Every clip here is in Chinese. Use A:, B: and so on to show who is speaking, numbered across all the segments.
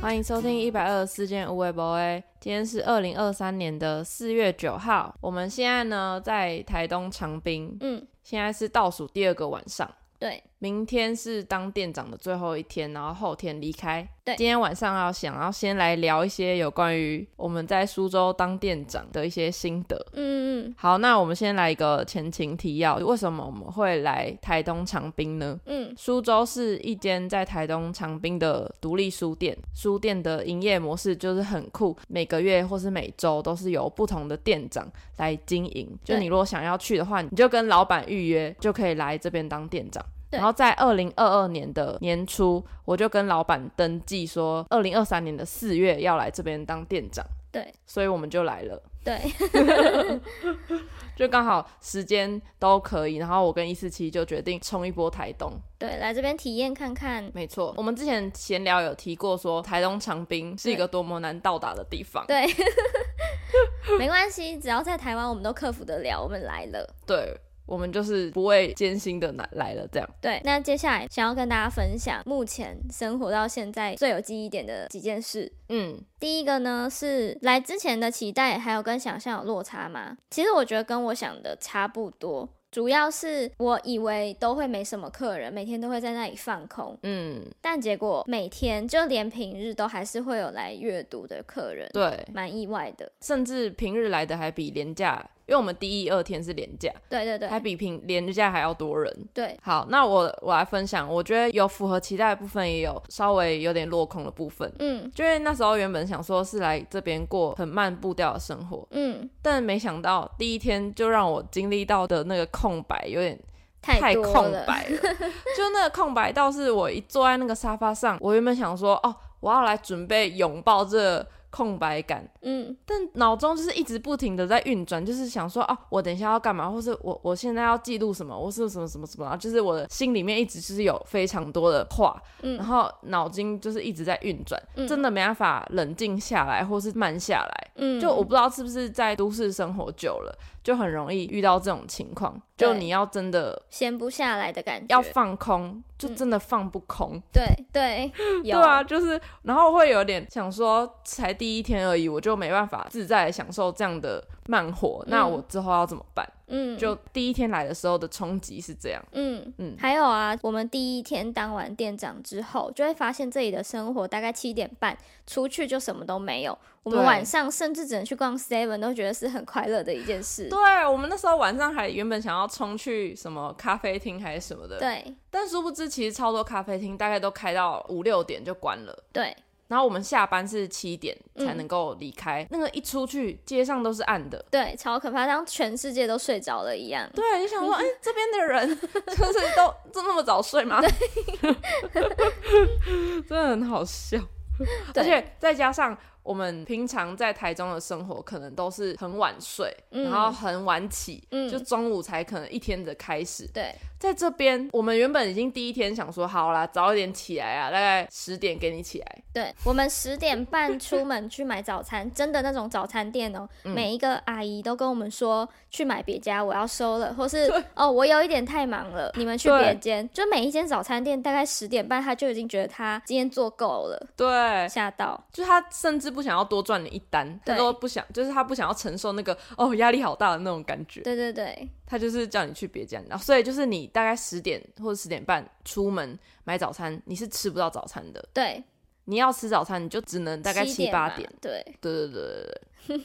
A: 欢迎收听一百二十四件无为 boy，今天是二零二三年的四月九号，我们现在呢在台东长滨，
B: 嗯，
A: 现在是倒数第二个晚上，
B: 对，
A: 明天是当店长的最后一天，然后后天离开。
B: 对
A: 今天晚上要想要先来聊一些有关于我们在苏州当店长的一些心得。
B: 嗯嗯
A: 好，那我们先来一个前情提要，为什么我们会来台东长滨呢？
B: 嗯
A: 苏州是一间在台东长滨的独立书店，书店的营业模式就是很酷，每个月或是每周都是由不同的店长来经营。就
B: 对
A: 你如果想要去的话，你就跟老板预约，就可以来这边当店长。
B: 对
A: 然后在二零二二年的年初，我就跟老板登记说，二零二三年的四月要来这边当店长，
B: 对
A: 所以我们就来了。
B: 对，
A: 就刚好时间都可以，然后我跟一四七就决定冲一波台东，
B: 对，来这边体验看看。
A: 没错，我们之前闲聊有提过说，台东长滨是一个多么难到达的地方。
B: 对没关系，只要在台湾，我们都克服得了。我们来了。
A: 对我们就是不畏艰辛的来来了这样。
B: 对，那接下来想要跟大家分享目前生活到现在最有记忆点的几件事。
A: 嗯，
B: 第一个呢是来之前的期待，还有跟想象有落差吗？其实我觉得跟我想的差不多，主要是我以为都会没什么客人，每天都会在那里放空，
A: 嗯，
B: 但结果每天就连平日都还是会有来阅读的客人，
A: 对，
B: 蛮意外的。
A: 甚至平日来的还比廉价，因为我们第一二天是廉价，
B: 对对对
A: 还比平廉价还要多人。
B: 对，
A: 好，那我我来分享，我觉得有符合期待的部分，也有稍微有点落空的部分。
B: 嗯
A: 就是那时候原本想说是来这边过很慢步调的生活，
B: 嗯，
A: 但没想到第一天就让我经历到的那个空白有点太
B: 多
A: 空
B: 了，
A: 白 了，就那个空白到是我一坐在那个沙发上，我原本想说哦，我要来准备拥抱这空白感，
B: 嗯
A: 但脑中就是一直不停的在运转，就是想说哦，我等一下要干嘛，或是我我现在要记录什么，我是什么什么什么，然后就是我的心里面一直就是有非常多的话，
B: 嗯
A: 然后脑筋就是一直在运转，
B: 嗯
A: 真的没办法冷静下来，或是慢下来。
B: 嗯，
A: 就我不知道是不是在都市生活久了，就很容易遇到这种情况。
B: 对
A: 就你要真的
B: 闲不下来的感觉，
A: 要放空，就真的放不空。
B: 对对
A: 对
B: 有
A: 啊，就是然后会有点想说，才第一天而已，我就没办法自在地享受这样的慢活，那我之后要怎么办？
B: 嗯
A: 就第一天来的时候的冲击是这样，
B: 嗯
A: 嗯
B: 嗯，还有啊，我们第一天当完店长之后，就会发现这里的生活大概七点半出去就什么都没有，我们
A: 对
B: 晚上甚至只能去逛 Seven，都觉得是很快乐的一件事。
A: 嗯对啊我们那时候晚上还原本想要冲去什么咖啡厅还是什么的，
B: 对
A: 但殊不知其实超多咖啡厅大概都开到五六点就关了。
B: 对
A: 然后我们下班是七点才
B: 嗯
A: 能够离开，那个一出去街上都是暗的，
B: 对，超可怕，当全世界都睡着了一样。
A: 对，就想说，哎、这边的 人就是都这那么早睡吗？ 真的很好 笑，而
B: 对，
A: 且再加上我们平常在台中的生活，可能都是很晚睡，
B: 嗯
A: 然后很晚起。
B: 嗯
A: 就中午才可能一天的开始，
B: 对
A: 在这边我们原本已经第一天想说好啦，早一点起来啊，大概十点给你起来，
B: 对，我们十点半出门去买早餐， 真的那种早餐店哦，
A: 嗯
B: 每一个阿姨都跟我们说去买别家，我要收了，或是哦我有一点太忙了，你们去
A: 对
B: 别间。就每一间早餐店大概十点半，他就已经觉得他今天做够了，
A: 对，
B: 吓到。
A: 就他甚至不想要多赚你一单，他
B: 对
A: 都不想，就是他不想要承受那个哦压力好大的那种感觉，
B: 对对对
A: 他就是叫你去别家，然后所以就是你大概十点或者十点半出门买早餐，你是吃不到早餐的，
B: 对，
A: 你要吃早餐你就只能大概七八
B: 点
A: 点
B: 嘛，，对。
A: 对对对对对 对，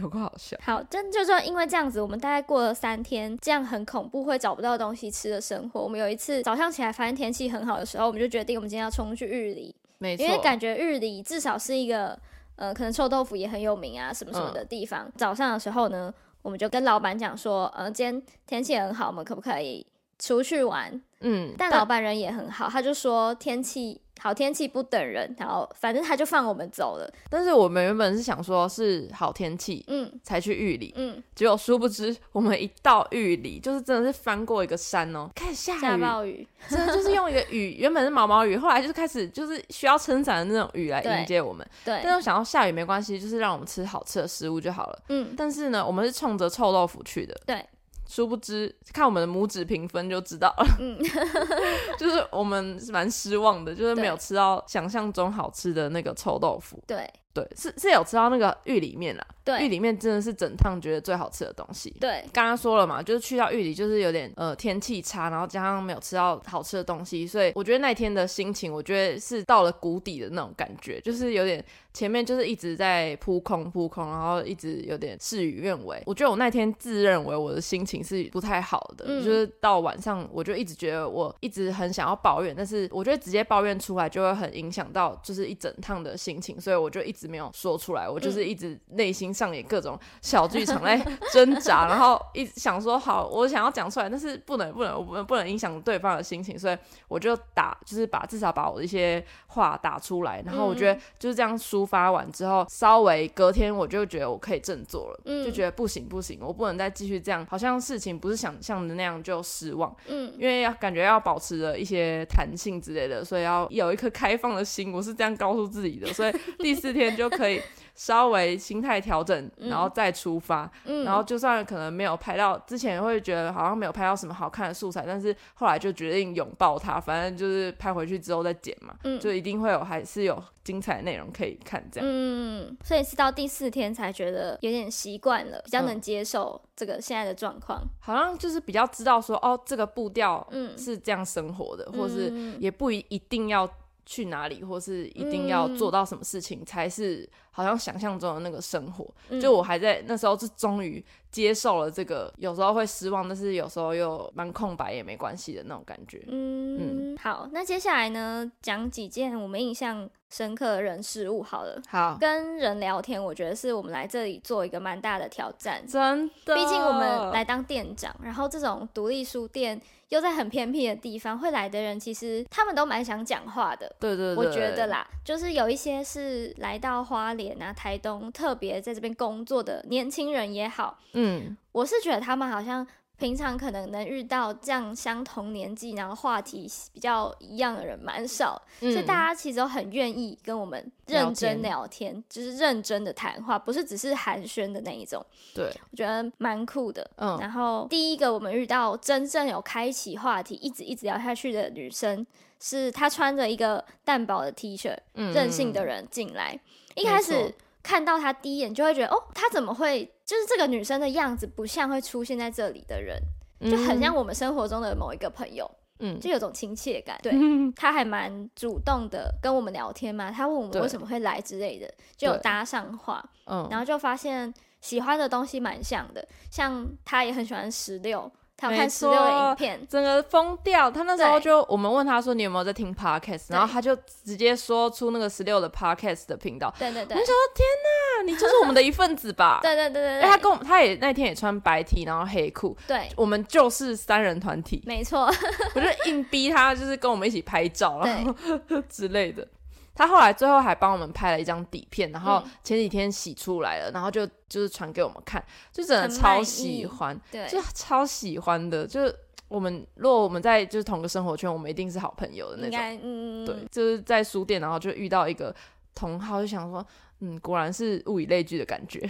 A: 有个好笑，
B: 好，真就说因为这样子，我们大概过了三天这样很恐怖，会找不到东西吃的生活。我们有一次早上起来发现天气很好的时候，我们就决定我们今天要冲去日里，
A: 没错，
B: 因为感觉日里至少是一个呃，可能臭豆腐也很有名啊，什么什么的
A: 嗯
B: 地方。早上的时候呢，我们就跟老板讲说，呃，今天天气很好，我们可不可以出去玩？
A: 嗯，
B: 但老板人也很好，他就说天气好，天气不等人，然后反正他就放我们走了。
A: 但是我们原本是想说是好天气。
B: 嗯
A: 才去玉里，
B: 嗯，
A: 结果殊不知我们一到玉里，就是真的是翻过一个山哦，开始
B: 下暴雨，
A: 真的就是用一个雨，原本是毛毛雨，后来就是开始就是需要撑伞的那种雨来
B: 对
A: 迎接我们。
B: 对，
A: 但是我想要下雨没关系，就是让我们吃好吃的食物就好了。
B: 嗯
A: 但是呢，我们是冲着臭豆腐去的，
B: 对，
A: 殊不知看我们的拇指评分就知道了，
B: 嗯
A: 就是我们是蛮失望的，就是没有
B: 对
A: 吃到想象中好吃的那个臭豆腐。
B: 对
A: 对，是是有吃到那个玉里面啦，啊玉
B: 对
A: 里面真的是整趟觉得最好吃的东西。
B: 对
A: 刚刚说了嘛，就是去到玉里就是有点呃天气差，然后加上没有吃到好吃的东西，所以我觉得那天的心情，我觉得是到了谷底的那种感觉，就是有点前面就是一直在扑空扑空，然后一直有点事与愿违。我觉得我那天自认为我的心情是不太好的，
B: 嗯
A: 就是到晚上我就一直觉得我一直很想要抱怨，但是我觉得直接抱怨出来就会很影响到就是一整趟的心情，所以我就一直没有说出来，我就是一直内心上演各种小剧场在挣扎，然后一直想说好，我想要讲出来，但是不能不能，我们不能影响对方的心情，所以我就打，就是把至少把我的一些话打出来，然后我觉得就是这样抒发完之后，稍微隔天我就觉得我可以振作了，
B: 嗯
A: 就觉得不行不行，我不能再继续这样，好像事情不是想象的那样就失望，
B: 嗯
A: 因为要感觉要保持着一些弹性之类的，所以要有一颗开放的心，我是这样告诉自己的，所以第四天就可以稍微心态调整，然后再出发。
B: 嗯，
A: 然后就算可能没有拍到，之前会觉得好像没有拍到什么好看的素材，但是后来就决定拥抱它，反正就是拍回去之后再剪嘛，
B: 嗯
A: 就一定会有还是有精彩的内容可以看这样。
B: 嗯，所以是到第四天才觉得有点习惯了，比较
A: 嗯
B: 能接受这个现在的状况。
A: 好像就是比较知道说哦，这个步调
B: 嗯
A: 是这样生活的，或是
B: 嗯
A: 也不一一定要去哪里，或是一定要
B: 嗯
A: 做到什么事情、才是好像想象中的那个生活。
B: 嗯
A: 就我还在那时候是终于接受了这个，有时候会失望，但是有时候又蛮空白也没关系的那种感觉。
B: 嗯，好，那接下来呢，讲几件我们印象深刻的人事物好了。
A: 好，
B: 跟人聊天，我觉得是我们来这里做一个蛮大的挑战。
A: 真的，
B: 毕竟我们来当店长，然后这种独立书店又在很偏僻的地方，会来的人其实他们都蛮想讲话的。
A: 对，对对
B: 我觉得，啦，就是有一些是来到花莲啊、台东，特别在这边工作的年轻人也好，
A: 嗯，
B: 我是觉得他们好像平常可能能遇到这样相同年纪，然后话题比较一样的人蛮少，
A: 嗯
B: 所以大家其实都很愿意跟我们认真聊天，就是认真的谈话，不是只是寒暄的那一种，
A: 对，
B: 我觉得蛮酷的。
A: 嗯，
B: 然后第一个我们遇到真正有开启话题，一直一直聊下去的女生，是她穿着一个蛋薄的 T 恤，
A: 嗯
B: 任性的，人进来。一
A: 没
B: 开
A: 错
B: 始看到她第一眼就会觉得，哦，她怎么会？就是这个女生的样子不像会出现在这里的人，
A: 嗯
B: 就很像，我们生活中的某一个朋友，
A: 嗯，
B: 就有种亲切感。对，
A: 嗯
B: 她还蛮主动的跟我们聊天嘛，她问我们
A: 对
B: 为什么会来之类的，就有
A: 对
B: 搭上话。
A: 嗯，
B: 然后就发现喜欢的东西蛮像的，像他也很喜欢石榴，他有看
A: 没
B: 石榴的
A: 错
B: 影片，
A: 整个疯掉。他那时候
B: 对
A: 就我们问他说你有没有在听 podcast，
B: 对
A: 然后他就直接说出那个十六的 podcast 的频道。
B: 对对对
A: 我，想说天哪，你就是我们的一份子吧？
B: 对对对对
A: 哎，他
B: 对，
A: 跟我们他也那天也穿白 T，然后黑裤，
B: 对，
A: 我们就是三人团体，
B: 没错，
A: 我就硬逼他就是跟我们一起拍照，然
B: 对
A: 后之类的。他后来最后还帮我们拍了一张底片，然
B: 嗯
A: 后前几天洗出来了，然后就就是传给我们看，就真的
B: 很
A: 超
B: 满
A: 喜
B: 意
A: 欢，
B: 对
A: 就超喜欢的。就是我们如果我们在就是同个生活圈，我们一定是好朋友的那
B: 应
A: 种。
B: 该嗯，
A: 对，就是在书店，然后就遇到一个同好，就想说，嗯，果然是物以类聚的感觉。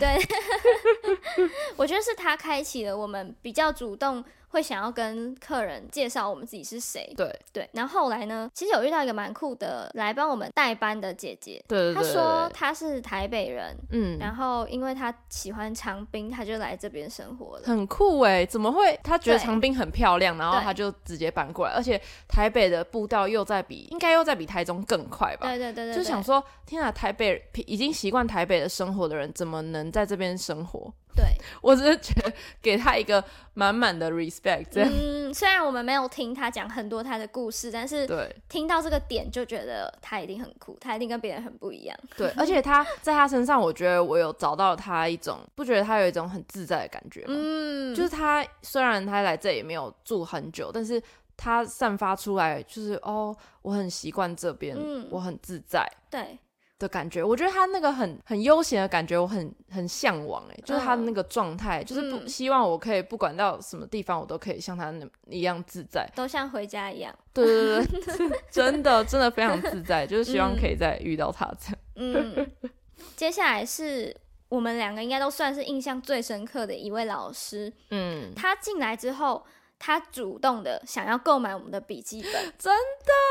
B: 我觉得是他开启了我们比较主动会想要跟客人介绍我们自己是谁，
A: 对
B: 对。然后后来呢，其实有遇到一个蛮酷的来帮我们代班的姐姐，
A: 对对对
B: 她
A: 对
B: 说
A: 对
B: 她是台北人，
A: 嗯，
B: 然后因为她喜欢长滨，她就来这边生活了。
A: 很酷哎，怎么会？他觉得
B: 对
A: 长滨很漂亮，然后
B: 对
A: 他就直接搬过来，而且台北的步调又在比，应该又在比台中更快吧？
B: 对对对对，
A: 啊就
B: 对
A: 想说，天啊，台北已经习惯台北的生活的人，怎么能在这边生活？
B: 对，
A: 我只是觉得给他一个满满的 respect，这样、
B: 嗯，虽然我们没有听他讲很多他的故事，但是
A: 对
B: 听到这个点就觉得他一定很酷，他一定跟别人很不一样。
A: 对，而且他在他身上，我觉得我有找到他一种，不觉得他有一种很自在的感觉吗？
B: 嗯，
A: 就是他虽然他来这里没有住很久，但是他散发出来就是哦，我很习惯这边，
B: 嗯
A: 我很自在
B: 对，
A: 的感觉。我觉得他那个很很悠闲的感觉，我很很向往哎、就是他的那个状态，就是不
B: 嗯
A: 希望我可以不管到什么地方，我都可以像他那一样自 在。
B: 都像回家一样。
A: 对对对对，真的真
B: 嗯
A: 的非常自在，就是希望可以再遇到他这样。
B: 嗯，接下来是我们两个应该都算是印象最深刻的一位老师。
A: 嗯，
B: 他进来之后，他主动的想要购买我们的笔 记本，
A: 真的，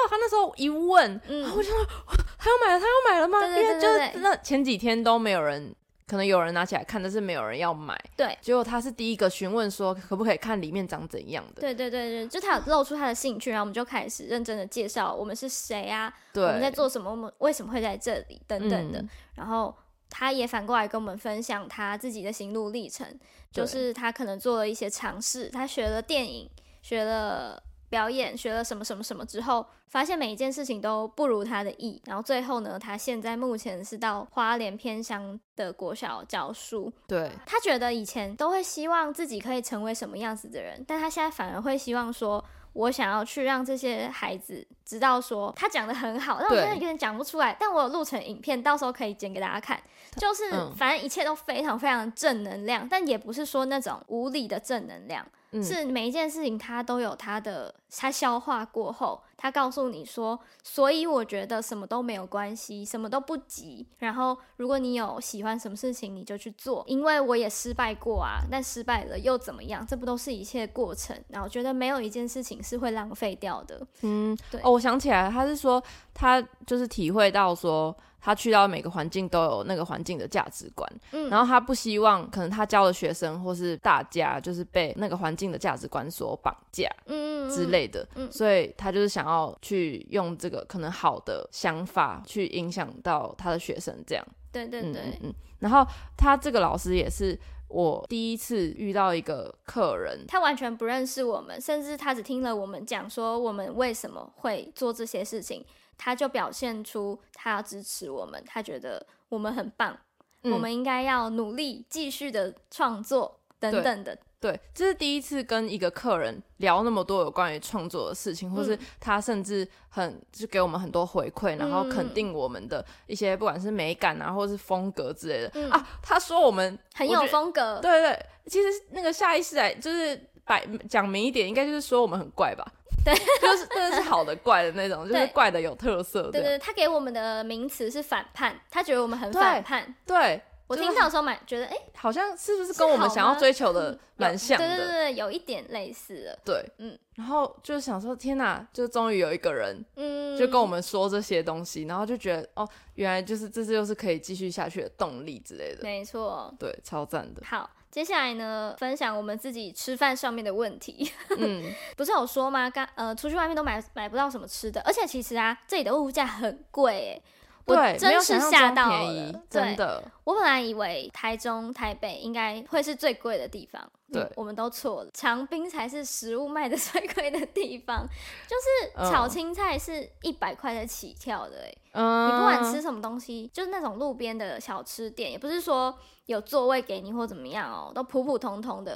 A: 他那时候一问，
B: 嗯，
A: 啊我就说哇他要买了，他要买了吗？
B: 对对对
A: 因为
B: 对
A: 就
B: 对
A: 那前几天都没有人，可能有人拿起来看，但是没有人要买。
B: 对，
A: 结果他是第一个询问说可不可以看里面长怎样的。
B: 对对对对，就他有露出他的兴趣，然后我们就开始认真的介绍我们是谁啊，
A: 对，
B: 我们在做什么，我们为什么会在这里等等的。
A: 嗯
B: 然后他也反过来跟我们分享他自己的心路历程，就
A: 对
B: 是他可能做了一些尝试，他学了电影，学了表演，学了什么什么什么之后，发现每一件事情都不如他的意，然后最后呢，他现在目前是到花莲偏乡的国小教书，
A: 对
B: 他觉得以前都会希望自己可以成为什么样子的人，但他现在反而会希望说，我想要去让这些孩子知道说，他讲的很好，但我
A: 对
B: 真的有点讲不出来，但我有录成影片，到时候可以剪给大家看。就是
A: 嗯
B: 反正一切都非常非常正能量，但也不是说那种无理的正能量，
A: 嗯
B: 是每一件事情他都有他的，他消化过后，他告诉你说，所以我觉得什么都没有关系，什么都不急。然后如果你有喜欢什么事情，你就去做，因为我也失败过啊，但失败了又怎么样？这不都是一切过程？然后我觉得没有一件事情是会浪费掉的。
A: 嗯
B: 对，
A: 哦，我想起来了，他是说他就是体会到说。他去到每个环境都有那个环境的价值观，
B: 嗯
A: 然后他不希望可能他教的学生或是大家就是被那个环境的价值观所绑架
B: 嗯
A: 之。类的，
B: 嗯嗯
A: 所以他就是想要去用这个可能好的想法去影响到他的学生，这样。
B: 对对
A: 嗯
B: 对，
A: 嗯嗯。然后他这个老师也是我第一次遇到一个客人，
B: 他完全不认识我们，甚至他只听了我们讲说我们为什么会做这些事情，他就表现出他要支持我们，他觉得我们很棒，
A: 嗯
B: 我们应该要努力继续的创作等等的。
A: 对，这是第一次跟一个客人聊那么多有关于创作的事情，或是
B: 嗯
A: 他甚至很就给我们很多回馈，然后肯定我们的一些不管是美感啊，或是风格之类的、
B: 嗯
A: 啊。他说我们
B: 很
A: 我
B: 有
A: 觉得
B: 风格，
A: 对对，其实那个下意识来就是摆讲明一点，应该就是说我们很怪吧？
B: 对，
A: 就是真的是好的怪的那种，就
B: 对
A: 是怪的有特色
B: 对
A: 的。
B: 对，他给我们的名词是反叛，他觉得我们很
A: 对
B: 反叛。
A: 对，
B: 我
A: 就
B: 听
A: 是
B: 到的时候蛮觉得，哎、
A: 好像是不是
B: 是
A: 跟我们
B: 好
A: 想要
B: 吗嗯
A: 追求的
B: 有
A: 蛮像
B: 对对
A: 的？
B: 对，有一点类似了。
A: 对，
B: 嗯
A: 嗯。然后就想说，天哪，就终于有一个人
B: 嗯，
A: 就跟我们说这些东西，然后就觉得哦，原来就是这就是可以继续下去的动力之类的。
B: 没错。。
A: 对，超赞的
B: 好，接下来呢，分享我们自己吃饭上面的问题。
A: 嗯，
B: 不是有说吗？刚呃，出去外面都买买不到什么吃的，而且其实啊，这里的物价很贵诶、我
A: 对，没
B: 真
A: 有想
B: 是吓
A: 象中
B: 到
A: 便宜
B: 了。
A: 真
B: 对，
A: 的。
B: 我本来以为台中、台北应该会是最贵的地方，
A: 对
B: 嗯我们都错了，长滨才是食物卖的最贵的地方，就是
A: 嗯
B: 炒青菜是一百块的起跳的诶、欸
A: 嗯，
B: 你不管吃什么东西，就是那种路边的小吃店，也不是说有座位给你或怎么样哦，都普普通通的，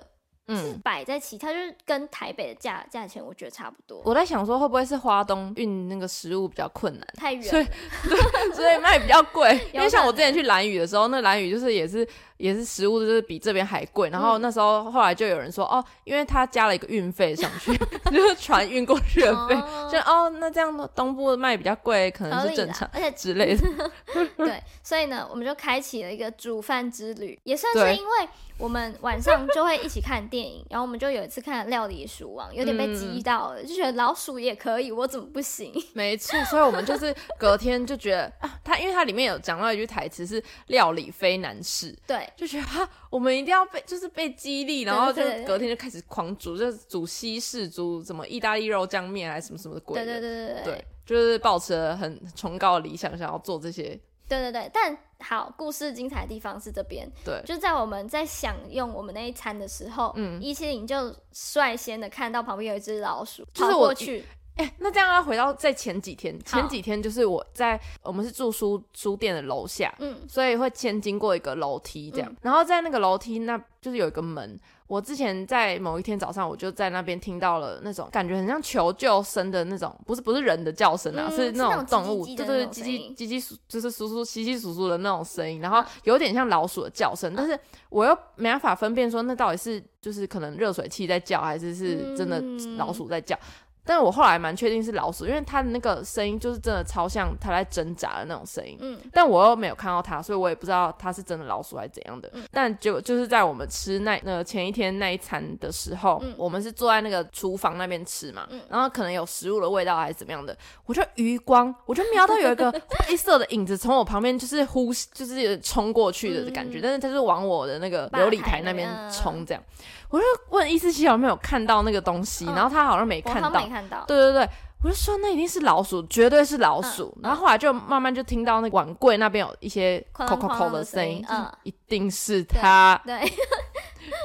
B: 是
A: 嗯，
B: 摆在起跳，就是跟台北的价价钱，我觉得差不多。
A: 我在想说会不会是花东运那个食物比较困难，
B: 太
A: 所
B: 远
A: 以
B: 了，
A: 所以卖比较贵。因
B: 有
A: 为像
B: 可
A: 我之前去兰屿的时候，那兰屿就是也是也是食物就是比这边还贵，然后
B: 嗯
A: 那时候后来就有人说、哦，因为他加了一个运费上 去，就是船运过去的费，
B: 哦
A: 就哦那这样东部卖比较贵，可能
B: 合
A: 是
B: 理
A: 正
B: 啦
A: 常。
B: 而且
A: 之 类的，
B: 对，所以呢，我们就开启了一个煮饭之旅，也算是
A: 对
B: 因为我们晚上就会一起看电影，然后我们就有一次看了《料理鼠王》，有点
A: 嗯
B: 被激到了，就觉得老鼠也可以，我怎么不行？
A: 没错，所以我们就是隔天就觉得啊，他因为他里面有讲到一句台词是“料理非难事”，
B: 对，
A: 就觉得啊，我们一定要被就是被激励，然后就
B: 对对对
A: 隔天就开始狂煮，就是煮西式，煮什么意大利肉酱面还是什么什么的鬼
B: 对
A: 的，
B: 对对对对
A: 对就是抱持了很崇高的理想，想要做这些，
B: 对对对。但好，故事精彩的地方是这边，
A: 对
B: 就在我们在享用我们那一餐的时候，嗯，一七零就率先的看到旁边有一只老鼠
A: 就是
B: 跑
A: 我
B: 过去，
A: 哎、那这样要回到在前几天，
B: 好
A: 前几天就是我在我们是住书书店的楼下，
B: 嗯，
A: 所以会先经过一个楼梯这样，然后在那个楼梯那就是有一个门。我之前在某一天早上，我就在那边听到了那种感觉很像求救声的那种，不是不是人的叫声啊，
B: 嗯
A: 是
B: 是那
A: 种
B: 种
A: 动物，
B: 叽叽
A: 对
B: 叽的那
A: 对，
B: 种
A: 叽
B: 声音嗯
A: 叽叽叽簌，就是簌簌稀稀簌簌的那种声音，然后有点像老鼠的叫声，但是我又没办法分辨说那到底是就是可能热水器在叫，还是是真的
B: 嗯
A: 老鼠在叫。但是我后来蛮确定是老鼠，因为它的那个声音就是真的超像它在挣扎的那种声音。
B: 嗯，
A: 但我又没有看到它，所以我也不知道它是真的老鼠还是怎样的。
B: 嗯
A: 但就就是在我们吃那呃前一天那一餐的时候，
B: 嗯
A: 我们是坐在那个厨房那边吃嘛，
B: 嗯
A: 然后可能有食物的味道还是怎么样的，我就余光我就瞄到有一 个黑色的影子从我旁边就是呼就是有冲过去的感觉，
B: 嗯
A: 但是它是往我的那个
B: 吧
A: 琉璃
B: 台
A: 台
B: 那
A: 那边
B: 边
A: 冲这样，我就问伊思琪有没有看到那个东西，
B: 嗯
A: 然后他好像没
B: 我
A: 看
B: 好像
A: 到
B: 没，看到，
A: 对对对，我就说那一定是老鼠，绝对是老鼠。
B: 嗯
A: 然后后来就慢慢就听到那个碗柜那边有一些
B: 哐
A: 扣
B: 啷
A: 扣
B: 哐
A: 扣
B: 啷的
A: 的
B: 声
A: 声
B: 音
A: 音，就是
B: 嗯
A: 一定是它。
B: 对，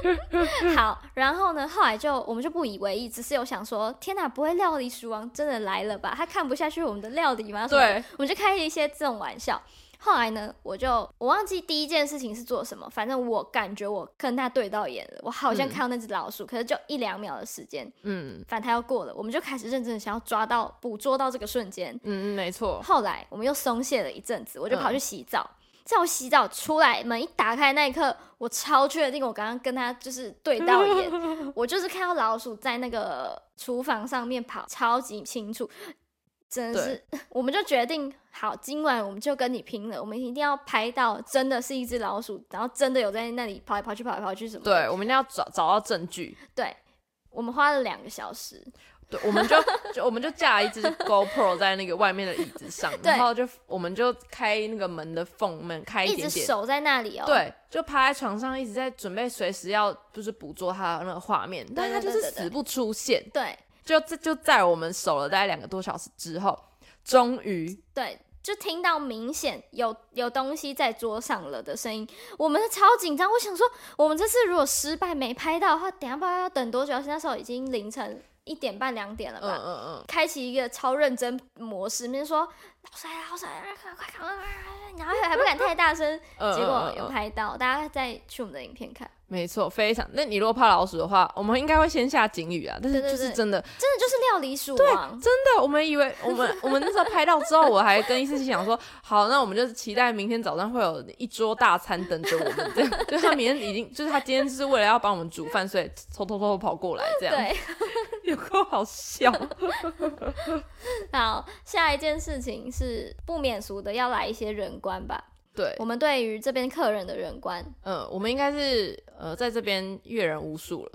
B: 好，然后呢，后来就我们就不以为意，只是有想说，天哪，不会料理鼠王真的来了吧？他看不下去我们的料理吗？什么的，
A: 对，
B: 我们就开了一些这种玩笑。后来呢，我就我忘记第一件事情是做什么，反正我感觉我跟他对到眼了，我好像
A: 嗯
B: 看到那只老鼠，可是就一两秒的时间，
A: 嗯
B: 反正它要过了，我们就开始认真的想要抓到捕捉到这个瞬间。
A: 嗯，没错。
B: 后来我们又松懈了一阵子，我就
A: 嗯
B: 跑去洗澡。在我洗澡出来，门一打开那一刻，我超确定我刚刚跟他就是对 到眼，我就是看到老鼠在那个厨房上面跑，超级清楚，真的是， 我们就决定好，今晚我们就跟你拼了，我们一定要拍到真的是一只老鼠，然后真的有在那里跑来跑去、跑来跑去什么的
A: 对，我们一定要找找到证据。
B: 对，我们花了两个小时，
A: 对，我们就 就我们就架一只 GoPro 在那个外面的椅子上，
B: 对
A: 然后就我们就开那个门的缝门开一
B: 一
A: 点
B: 直
A: 点，
B: 守在那里哦，，
A: 对，就趴在床上一直在准备随时要就是捕捉它的那个画面，但它就
B: 对对
A: 是
B: 对对
A: 死不出现。
B: 对
A: 就这就在我们守了大概两个多小时之后，终于
B: 对，就听到明显有有东西在桌上了的声音，我们超紧张。我想说，我们这次如果失败没拍到的话，等一下不知道要等多久？那时候已经凌晨一点半两点了
A: 嗯
B: 吧。
A: 嗯嗯，
B: 开启一个超认真模式，面说老师来了，老师来了，快快快快快快！然后还不敢太大声，
A: 嗯
B: 结果
A: 嗯嗯
B: 有
A: 嗯
B: 拍到，大家再去我们的影片看，
A: 没错，非常。那你如果怕老鼠的话，我们应该会先下警语啊。但是
B: 对对
A: 就是
B: 对
A: 真的，
B: 真的就是料理鼠王，
A: 真的，我们以为我们我们那时候拍到之后，我还跟伊思琪讲说，好，那我们就期待明天早上会有一桌大餐等着我们。这样，就是他明天已经，就是他今天是为了要帮我们煮饭，所以偷偷偷跑过来，这样
B: 对。
A: 有够好笑。
B: 好，下一件事情是不免俗的，要来一些人观吧。
A: 对
B: 我，们对于这边客人的人观，
A: 嗯，我们应该是呃在这边阅人无数了，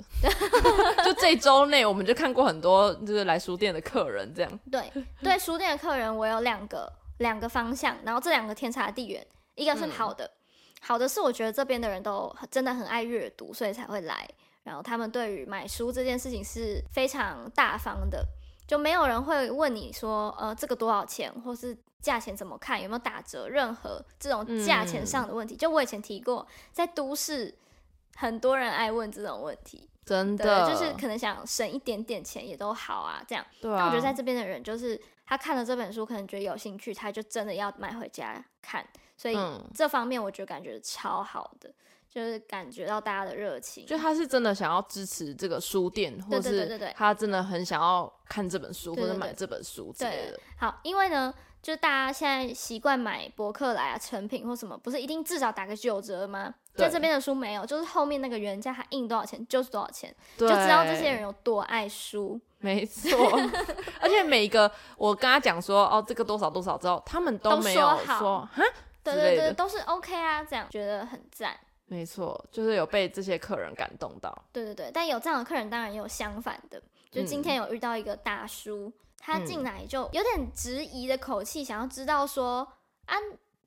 A: 就这周内我们就看过很多就是来书店的客人这样。
B: 对对，书店的客人我有两个两个方向，然后这两个天差地远，一个是好的，好的是我觉得这边的人都很真的很爱阅读，所以才会来，然后他们对于买书这件事情是非常大方的，就没有人会问你说呃这个多少钱，或是价钱怎么看，有没有打折，任何这种价钱上的问题，就我以前提过，在都市很多人爱问这种问题，
A: 真
B: 对，
A: 的，
B: 就是可能想省一点点钱也都好啊，这样。
A: 对
B: 但
A: 啊，
B: 我觉得在这边的人，就是他看了这本书，可能觉得有兴趣，他就真的要买回家看。所以
A: 嗯
B: 这方面，我觉得感觉超好的，就是感觉到大家的热情。
A: 就他是真的想要支持这个书店，
B: 对
A: 或
B: 对对对对
A: 是他真的很想要看这本书
B: 对对
A: 或
B: 对
A: 者买这本书之类
B: 对
A: 的。，
B: 好，因为呢，就大家现在习惯买博客来啊、成品或什么，不是一定至少打个九折吗？
A: 对
B: 在这边的书没有，就是后面那个原价，它印多少钱就是多少钱，就
A: 对，
B: 知道这些人有多爱书。
A: 没 错，而且每一个我跟他讲说哦这个多少多少之后，他们都
B: 都
A: 没
B: 说
A: 有
B: 好
A: 说哈，
B: 对
A: 之
B: 对
A: 类
B: 对，
A: 的
B: 都是 OK 啊，这样觉得很赞。
A: 没错，就是有被这些客人感动到。
B: 对对对，但有这样的客人，当然也有相反的。就今天有遇到一个大叔，他进来就有点质疑的口气，想要知道说啊，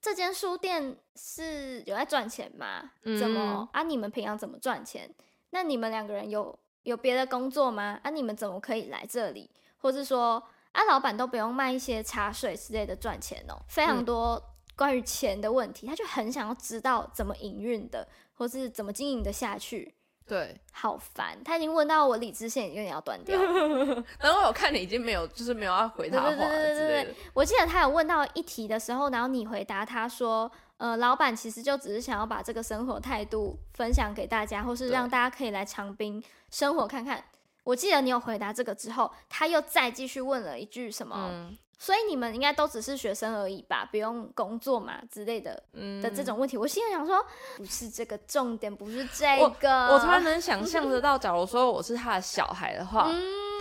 B: 这间书店是有在赚钱吗？怎么啊？你们平常怎么赚钱？那你们两个人有有别的工作吗？啊，你们怎么可以来这里？或是说啊，老板都不用卖一些茶水之类的赚钱哦，非常
A: 嗯
B: 多关于钱的问题，他就很想要知道怎么营运的，或是怎么经营的下去。
A: 对，
B: 好烦，他已经问到我理智线有点要断掉了。
A: 然后我看你已经没有，就是没有要回他
B: 对对
A: 话
B: 对对
A: 了之
B: 对
A: 类的。
B: 我记得他有问到一题的时候，然后你回答他说，呃，老板其实就只是想要把这个生活态度分享给大家，或是
A: 对
B: 让大家可以来长滨生活看看。我记得你有回答这个之后，他又再继续问了一句什么，
A: 嗯
B: 所以你们应该都只是学生而已吧，不用工作嘛之类的
A: 嗯
B: 的这种问题。我心里想说，不是这个重点，不是这
A: 我
B: 个。
A: 我突然能想象得到，假如说我是他的小孩的话，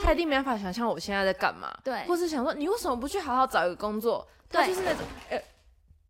A: 他一定没办法想象我现在在干嘛，
B: 对
A: 或是想说你为什么不去好好找一个工作？他
B: 嗯对
A: 就是那种，呃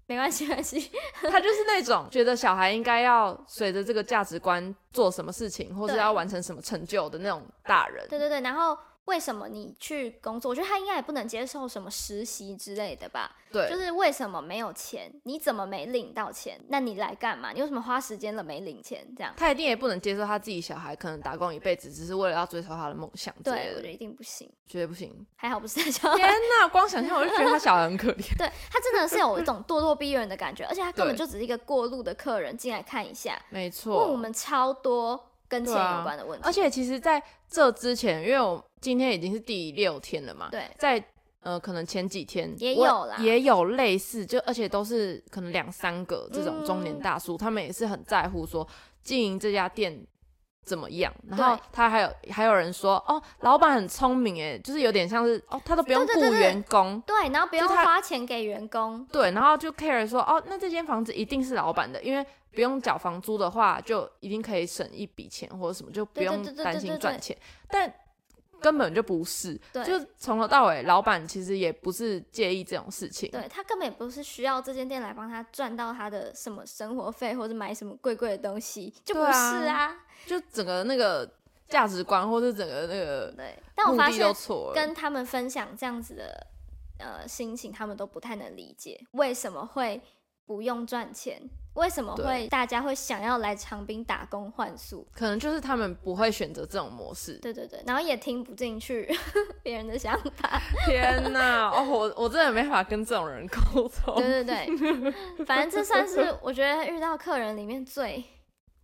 B: 没关系，没关系，
A: 他就是那种觉得小孩应该要随着这个价值观做什么事情，或是
B: 对
A: 要完成什么成就的那种大人。
B: 对对对。然后为什么你去工作？我觉得他应该也不能接受什么实习之类的吧？
A: 对，
B: 就是为什么没有钱？你怎么没领到钱？那你来干嘛？你为什么花时间了没领钱？这样，
A: 他一定也不能接受他自己小孩可能打工一辈子，只是为了要追求他的梦想之
B: 对
A: 类
B: 我觉得
A: 的，
B: 一定不行。
A: 绝对不行。
B: 还好不是在小 孩
A: 天哪，光想象我就觉得他小孩很可怜。
B: 对他真的是有一种咄咄逼人的感觉，而且他根本
A: 对
B: 就只是一个过路的客人进来看一下，
A: 没
B: 问我
A: 错，
B: 们超多跟钱
A: 对啊
B: 有关的问题。
A: 而且其实在这之前，因为我今天已经是第六天了嘛，
B: 对
A: 在呃可能前几天
B: 也
A: 我
B: 有啦
A: 也有类似，就而且都是可能两三个这种中年
B: 嗯
A: 大叔，他们也是很在乎说经营这家店。怎么样？然后他还有还有人说哦，老板很聪明诶，就是有点像是哦，他都不用
B: 对
A: 雇
B: 对对对
A: 员工，
B: 对，然后不
A: 就
B: 用
A: 他
B: 花钱给员工，
A: 对，然后就 care 说，哦，那这间房子一定是老板的，因为不用缴房租的话，就一定可以省一笔钱或者什么，就不
B: 对对
A: 用
B: 对对
A: 担
B: 对
A: 心
B: 对
A: 赚
B: 对
A: 钱。但根本就不是，
B: 对
A: 就从头到尾，老板其实也不是介意这种事情。
B: 对他根本也不是需要这间店来帮他赚到他的什么生活费，或者买什么贵贵的东西，就不
A: 对
B: 是
A: 啊
B: 啊。
A: 就整个那个价值观，或是整个那个
B: 对，但我
A: 目
B: 发
A: 的都
B: 现
A: 错了。
B: 跟他们分享这样子的呃心情，他们都不太能理解为什么会不用赚钱，为什么
A: 对
B: 会大家会想要来长滨打工换宿。
A: 可能就是他们不会选择这种模式。
B: 对对对，然后也听不进去 别人的想法。
A: 天哪！哦，我我真的没办法跟这种人沟通。
B: 对对 对，反正这算是我觉得遇到客人里面最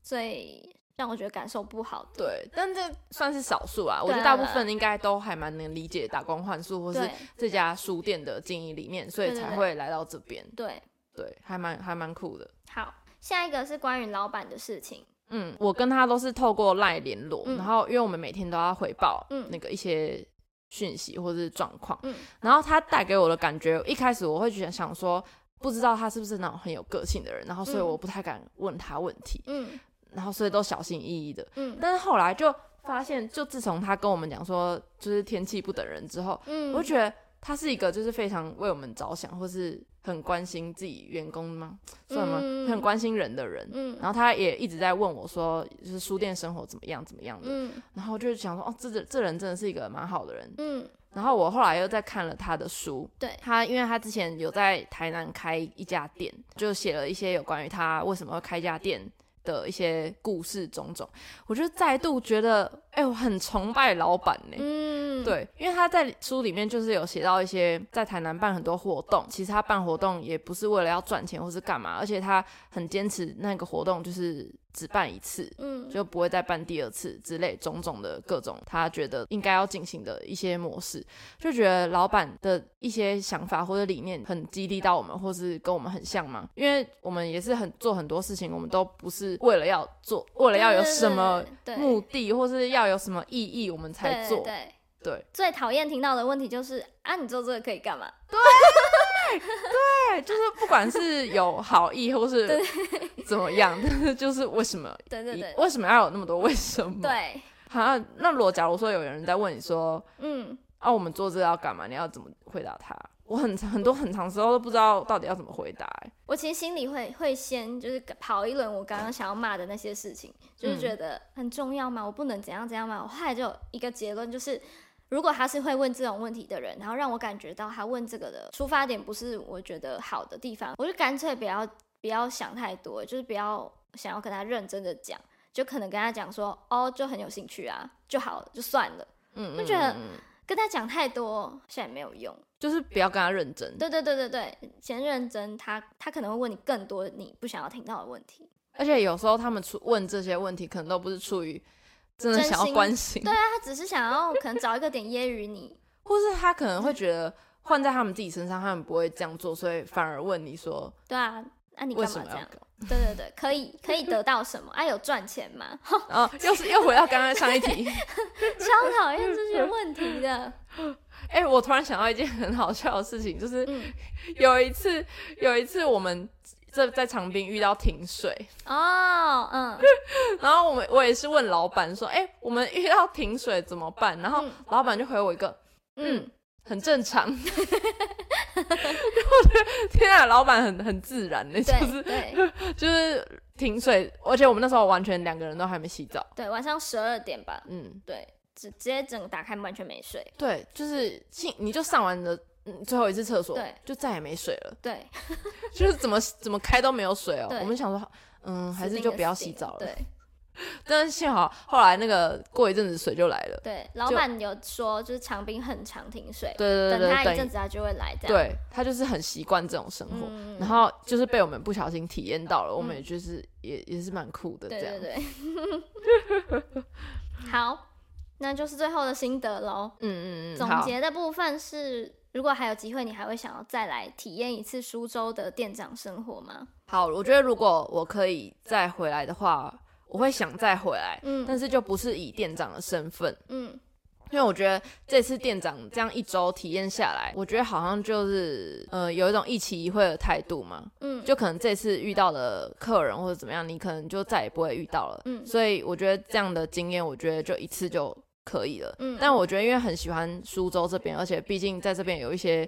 B: 最让我觉得感受不好的。
A: 对，但这算是少数啊。我觉
B: 对啊
A: 得大部
B: 对啊
A: 分应该都还蛮能理解打工换宿或是
B: 对
A: 这家书店的经营理念，所以
B: 对对
A: 才
B: 对
A: 会来到这边。
B: 对，
A: 对，还蛮还蛮酷的。
B: 好，下一个是关于老板的事情。
A: 嗯，我跟他都是透过赖联络，
B: 嗯
A: 然后因为我们每天都要回报
B: 嗯
A: 那个一些讯息或是状况，
B: 嗯
A: 然后他带给我的感觉，一开始我会觉得想说，不知道他是不是那种很有个性的人，然后所以
B: 嗯
A: 我不太敢问他问题，
B: 嗯
A: 然后所以都小心翼翼的。
B: 嗯
A: 但是后来就发现，就自从他跟我们讲说，就是天气不等人之后，
B: 嗯，
A: 我觉得他是一个就是非常为我们着想，或是很关心自己员工吗？算吗？
B: 嗯
A: 很关心人的人。
B: 嗯
A: 然后他也一直在问我说，就是书店生活怎么样怎么样的。
B: 嗯
A: 然后我就想说，哦，这这人真的是一个蛮好的人。
B: 嗯
A: 然后我后来又在看了他的书，
B: 对
A: 他，因为他之前有在台南开一家店，就写了一些有关于他为什么会开一家店的一些故事种种。我就再度觉得，哎、我很崇拜老板呢、
B: 嗯，
A: 对，因为他在书里面就是有写到一些在台南办很多活动，其实他办活动也不是为了要赚钱或是干嘛，而且他很坚持那个活动就是只办一次，
B: 嗯
A: 就不会再办第二次之类种种的各种他觉得应该要进行的一些模式，就觉得老板的一些想法或者理念很激励到我们，或是跟我们很像嘛，因为我们也是很做很多事情，我们都不是为了要做，为了要有什么
B: 对对对对
A: 目的或是要有什么意义我们才
B: 对
A: 做，
B: 对。
A: 对
B: 最讨厌听到的问题就是啊，你做这个可以干嘛？
A: 对，就是不管是有好意或是怎么样，但是就是为什么。
B: 对对对
A: 为什么要有那么多为什么？，
B: 对，
A: 好、啊，那如果假如说有人在问你说，
B: 嗯，
A: 啊，我们做这个要干嘛？你要怎么回答他？我很很多很长时候都不知道到底要怎么回答、欸
B: 我其实心里会会先就是跑一轮我刚刚想要骂的那些事情，就是
A: 嗯
B: 觉得很重要吗？我不能怎样怎样吗？我后来就有一个结论，就是如果他是会问这种问题的人，然后让我感觉到他问这个的出发点不是我觉得好的地方，我就干脆不要不要想太多，就是不要想要跟他认真的讲，就可能跟他讲说哦，就很有兴趣啊，就好了，就算了。
A: 嗯，
B: 我觉得
A: 嗯嗯嗯
B: 跟他讲太多，好像也没有用。
A: 就是不要跟他认真。
B: 对对对对对，先认真他，他可能会问你更多你不想要听到的问题。
A: 而且有时候他们出问这些问题，可能都不是出于真的
B: 真
A: 想要
B: 心
A: 关心，
B: 对啊，他只是想要可能找一个点揶揄你。
A: 或是他可能会觉得换在他们自己身上，他们不会这样做，所以反而问你说
B: 对啊，那、你
A: 为
B: 干
A: 什
B: 嘛
A: 么
B: 这
A: 要
B: 样？
A: 搞？
B: 对对对，可以可以得到什么？啊，有赚钱吗？
A: 然后哦又是又回到刚刚上一题，
B: 超讨厌这些问题的。
A: 哎、我突然想到一件很好笑的事情，就是
B: 嗯
A: 有一次，有一次我们这在长滨遇到停水，
B: 哦， 嗯，
A: 然后我们我也是问老板说，哎、我们遇到停水怎么办？然后
B: 嗯
A: 老板就回我一个，嗯，
B: 嗯
A: 很正常。 我觉得天啊，老板很很自然欸的，就
B: 对
A: 是
B: 对
A: 就是停水，而且我们那时候完全两个人都还没洗澡。
B: 对，晚上十二点吧，
A: 嗯，
B: 对，直直接整个打开完全没水，
A: 对，就是进你就上完了。嗯最后一次厕所，
B: 对
A: 就再也没水了，
B: 对，
A: 就是怎么怎么开都没有水哦。
B: 对
A: 我们想说，嗯，还
B: 死
A: 是
B: 定
A: 就
B: 了
A: 不要
B: 死
A: 洗
B: 定
A: 澡了。
B: 对
A: 但是幸好后来那个过一阵子水就来了，
B: 对，老
A: 就
B: 板有说就是长滨很常停水，
A: 对对
B: 等
A: 对对，
B: 他一
A: 等
B: 阵子他就会来这样。
A: 对他就是很习惯这种生活，
B: 嗯
A: 然后就是被我们不小心体验到了，我们也就是也也是蛮酷的这
B: 对
A: 样。
B: 对对。 好，那就是最后的心得喽。
A: 嗯嗯嗯，
B: 总
A: 好
B: 结的部分是，如果还有机会，你还会想要再来体验一次苏州的店长生活吗？
A: 好，我觉得如果我可以再回来的话，我会想再回来，
B: 嗯
A: 但是就不是以店长的身份，
B: 嗯，
A: 因为我觉得这次店长这样一周体验下来，我觉得好像就是呃有一种一期一会的态度嘛，
B: 嗯
A: 就可能这次遇到的客人或者怎么样，你可能就再也不会遇到了，
B: 嗯
A: 所以我觉得这样的经验，我觉得就一次就可以了，
B: 嗯
A: 但我觉得因为很喜欢苏州这边，而且毕竟在这边有一些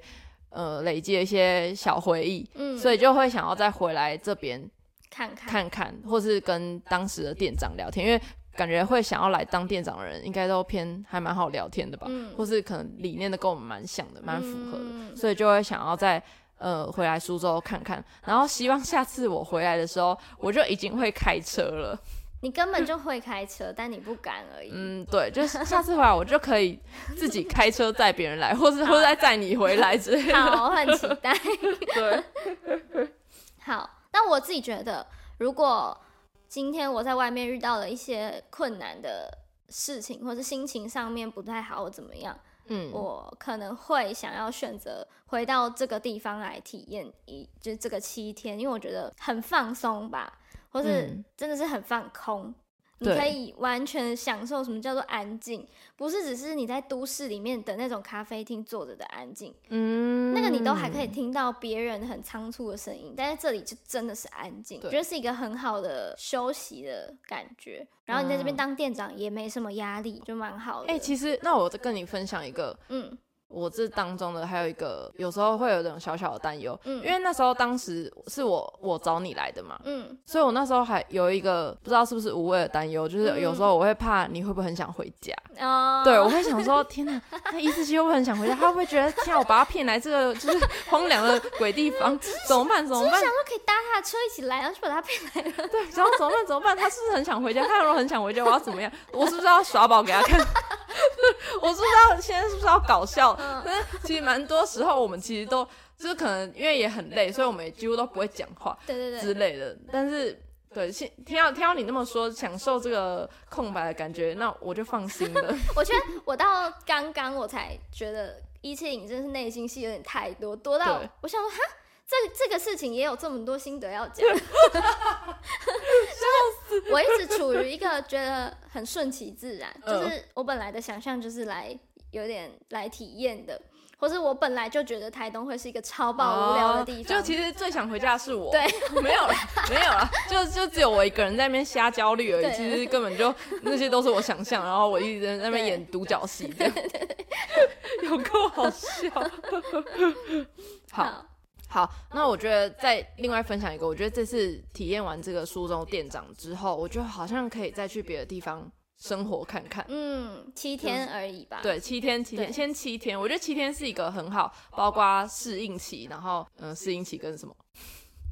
A: 呃累积的一些小回忆，
B: 嗯，
A: 所
B: 以
A: 以就会想要再回来这边
B: 看看
A: 看看，或是跟当时的店长聊天，因为感觉会想要来当店长的人，应该都偏还蛮好聊天的吧，
B: 嗯
A: 或是可能理念都跟我们蛮像的，蛮符合的，
B: 嗯
A: 所以就会想要再呃回来苏州看看，然后希望下次我回来的时候，我就已经会开车了。
B: 你根本就会开车，但你不敢而已。
A: 嗯，对，就是下次回来我就可以自己开车载别人来，或是或者再载你回来之类的。
B: 好，我很期待。
A: 对，
B: 好，但我自己觉得，如果今天我在外面遇到了一些困难的事情，或者心情上面不太好，或怎么样，
A: 嗯，
B: 我可能会想要选择回到这个地方来体验一，就是这个七天，因为我觉得很放松吧，或是
A: 嗯
B: 真的是很放空。你
A: 对
B: 可以完全享受什么叫做安静，不是只是你在都市里面的那种咖啡厅坐着的安静，
A: 嗯，
B: 那个你都还可以听到别人很仓促的声音，但是这里就真的是安静，我
A: 对
B: 觉得是一个很好的休息的感觉。然后你在这
A: 嗯
B: 边当店长也没什么压力，就蛮好的。
A: 哎、其实那我再跟你分享一个，
B: 嗯
A: 我这当中的还有一个，有时候会有一种小小的担忧，
B: 嗯
A: 因为那时候当时是我我找你来的嘛，
B: 嗯
A: 所以我那时候还有一个不知道是不是无谓的担忧，就是有时候我会怕你会不会很想回家，
B: 嗯哦，
A: 对我会想说，天哪，那一四七会不会很想回家？他会不会觉得，天啊，我把他骗来这个就是荒凉的鬼地 方，怎么办？怎么办？
B: 都可以搭他的车一起来，然后就把他骗 来了。
A: 对，然后怎么办？怎么办？他是不是很想回家？他如果很想回家，我要怎么样？我是不是要耍宝给他看？ 我是不是要现在是不是要搞笑？但是其实蛮多时候我们其实都就是可能因为也很累，所以我们也几乎都不会讲话
B: 对对对，
A: 之类的。但是对，现听到听到你那么说，享受这个空白的感觉，那我就放心了。
B: 我觉得我到刚刚我才觉得一七零真是内心戏有点太多，多到
A: 对
B: 我想说哈。这这个事情也有这么多心得要 讲， 就是我一直处于一个觉得很顺其自然，
A: 嗯
B: 就是我本来的想象就是来有点来体验的，或是我本来就觉得台东会是一个超爆无聊的地方，
A: 哦啊就其实最想回家的是我。
B: 对，
A: 没有了，没有了，就就只有我一个人在那边瞎焦虑而
B: 对
A: 已。其实根本就那些都是我想象，然后我一直在那边演独角戏，这样有够好笑。 好
B: 好，
A: 好，那我觉得再另外分享一个，我觉得这次体验完这个苏州店长之后，我觉得好像可以再去别的地方生活看看。
B: 嗯，七天而已吧，
A: 对，七天，七天，
B: 对
A: 先七天，我觉得七天是一个很好，包括适应期，然后嗯，适应期跟什么？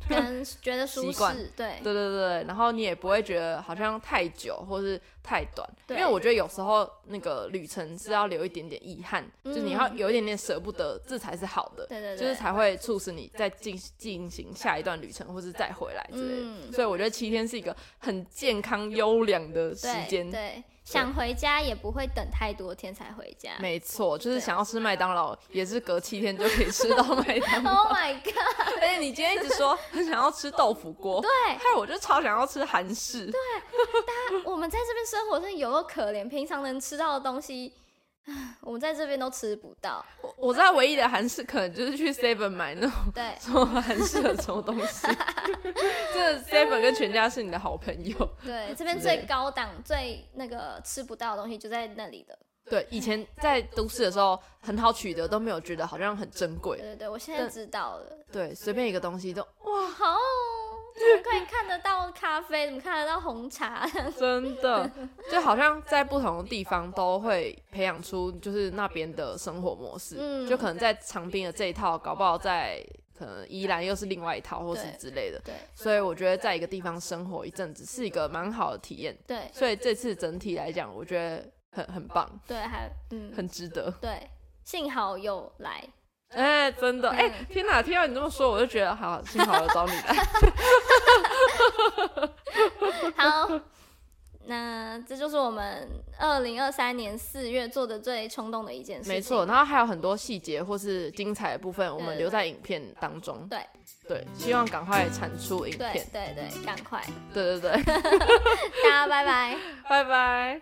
B: 跟觉得舒
A: 习惯
B: 适，对，
A: 对对对，然后你也不会觉得好像太久或是太短，因
B: 对
A: 为我觉得有时候那个旅程是要留一点点遗憾，
B: 嗯
A: 就你要有一点点舍不得，这才是好的，
B: 对对对
A: 就是才会促使你再进进行下一段旅程或是再回来之类的。
B: 嗯
A: 所以我觉得七天是一个很健康优良的时
B: 对
A: 间。
B: 对，想回家也不会等太多天才回家。
A: 没错，就是
B: 对
A: 想要吃麦当劳，也是隔七天就可以吃到麦当劳。
B: Oh my god！
A: 而且你今天一直说很想要吃豆腐锅，
B: 对，
A: 害我就超想要吃韩式。
B: 我们在这边生活真的有够可怜，平常能吃到的东西 我们在这边都吃不 到。
A: 我我知道唯一的韩式可能就是去 Seven 买那种
B: 对，
A: 什么韩式的什么东 西，这 Seven 跟全家是你的好朋友。
B: 对，这边
A: 之类
B: 最高档、最那个吃不到的东西就在那里的。
A: 对，以前在都市的时候很好取得，都没有觉得好像很珍
B: 对
A: 贵。
B: 对对，我现在
A: 但
B: 知道了。
A: 对，随便一个东西都
B: 哇，好，哦怎么可以看得到咖啡？怎么看得到红茶？
A: 真的，就好像在不同的地方都会培养出就是那边的生活模式，
B: 嗯
A: 就可能在长滨的这一套，搞不好在可能宜兰又是另外一套，或是
B: 对
A: 之类的。
B: 对
A: 所以我觉得在一个地方生活一阵子是一个蛮好的体验。
B: 对
A: 所以这次整体来讲，我觉得很很棒，
B: 对，还嗯，
A: 很值得。
B: 对，幸好有来。
A: 哎、真的，哎、天哪！听到你这么说，我就觉得好，幸好有找你 来。
B: 好，那这就是我们二零二三年四月做的最冲动的一件事情。
A: 没错，，然后还有很多细节或是精彩的部分，我
B: 对
A: 们
B: 对
A: 留在影片当中。
B: 对
A: 对，希望赶快产出影
B: 对
A: 片。
B: 对对，赶快，
A: 对对对，
B: 大家拜拜。
A: 拜拜。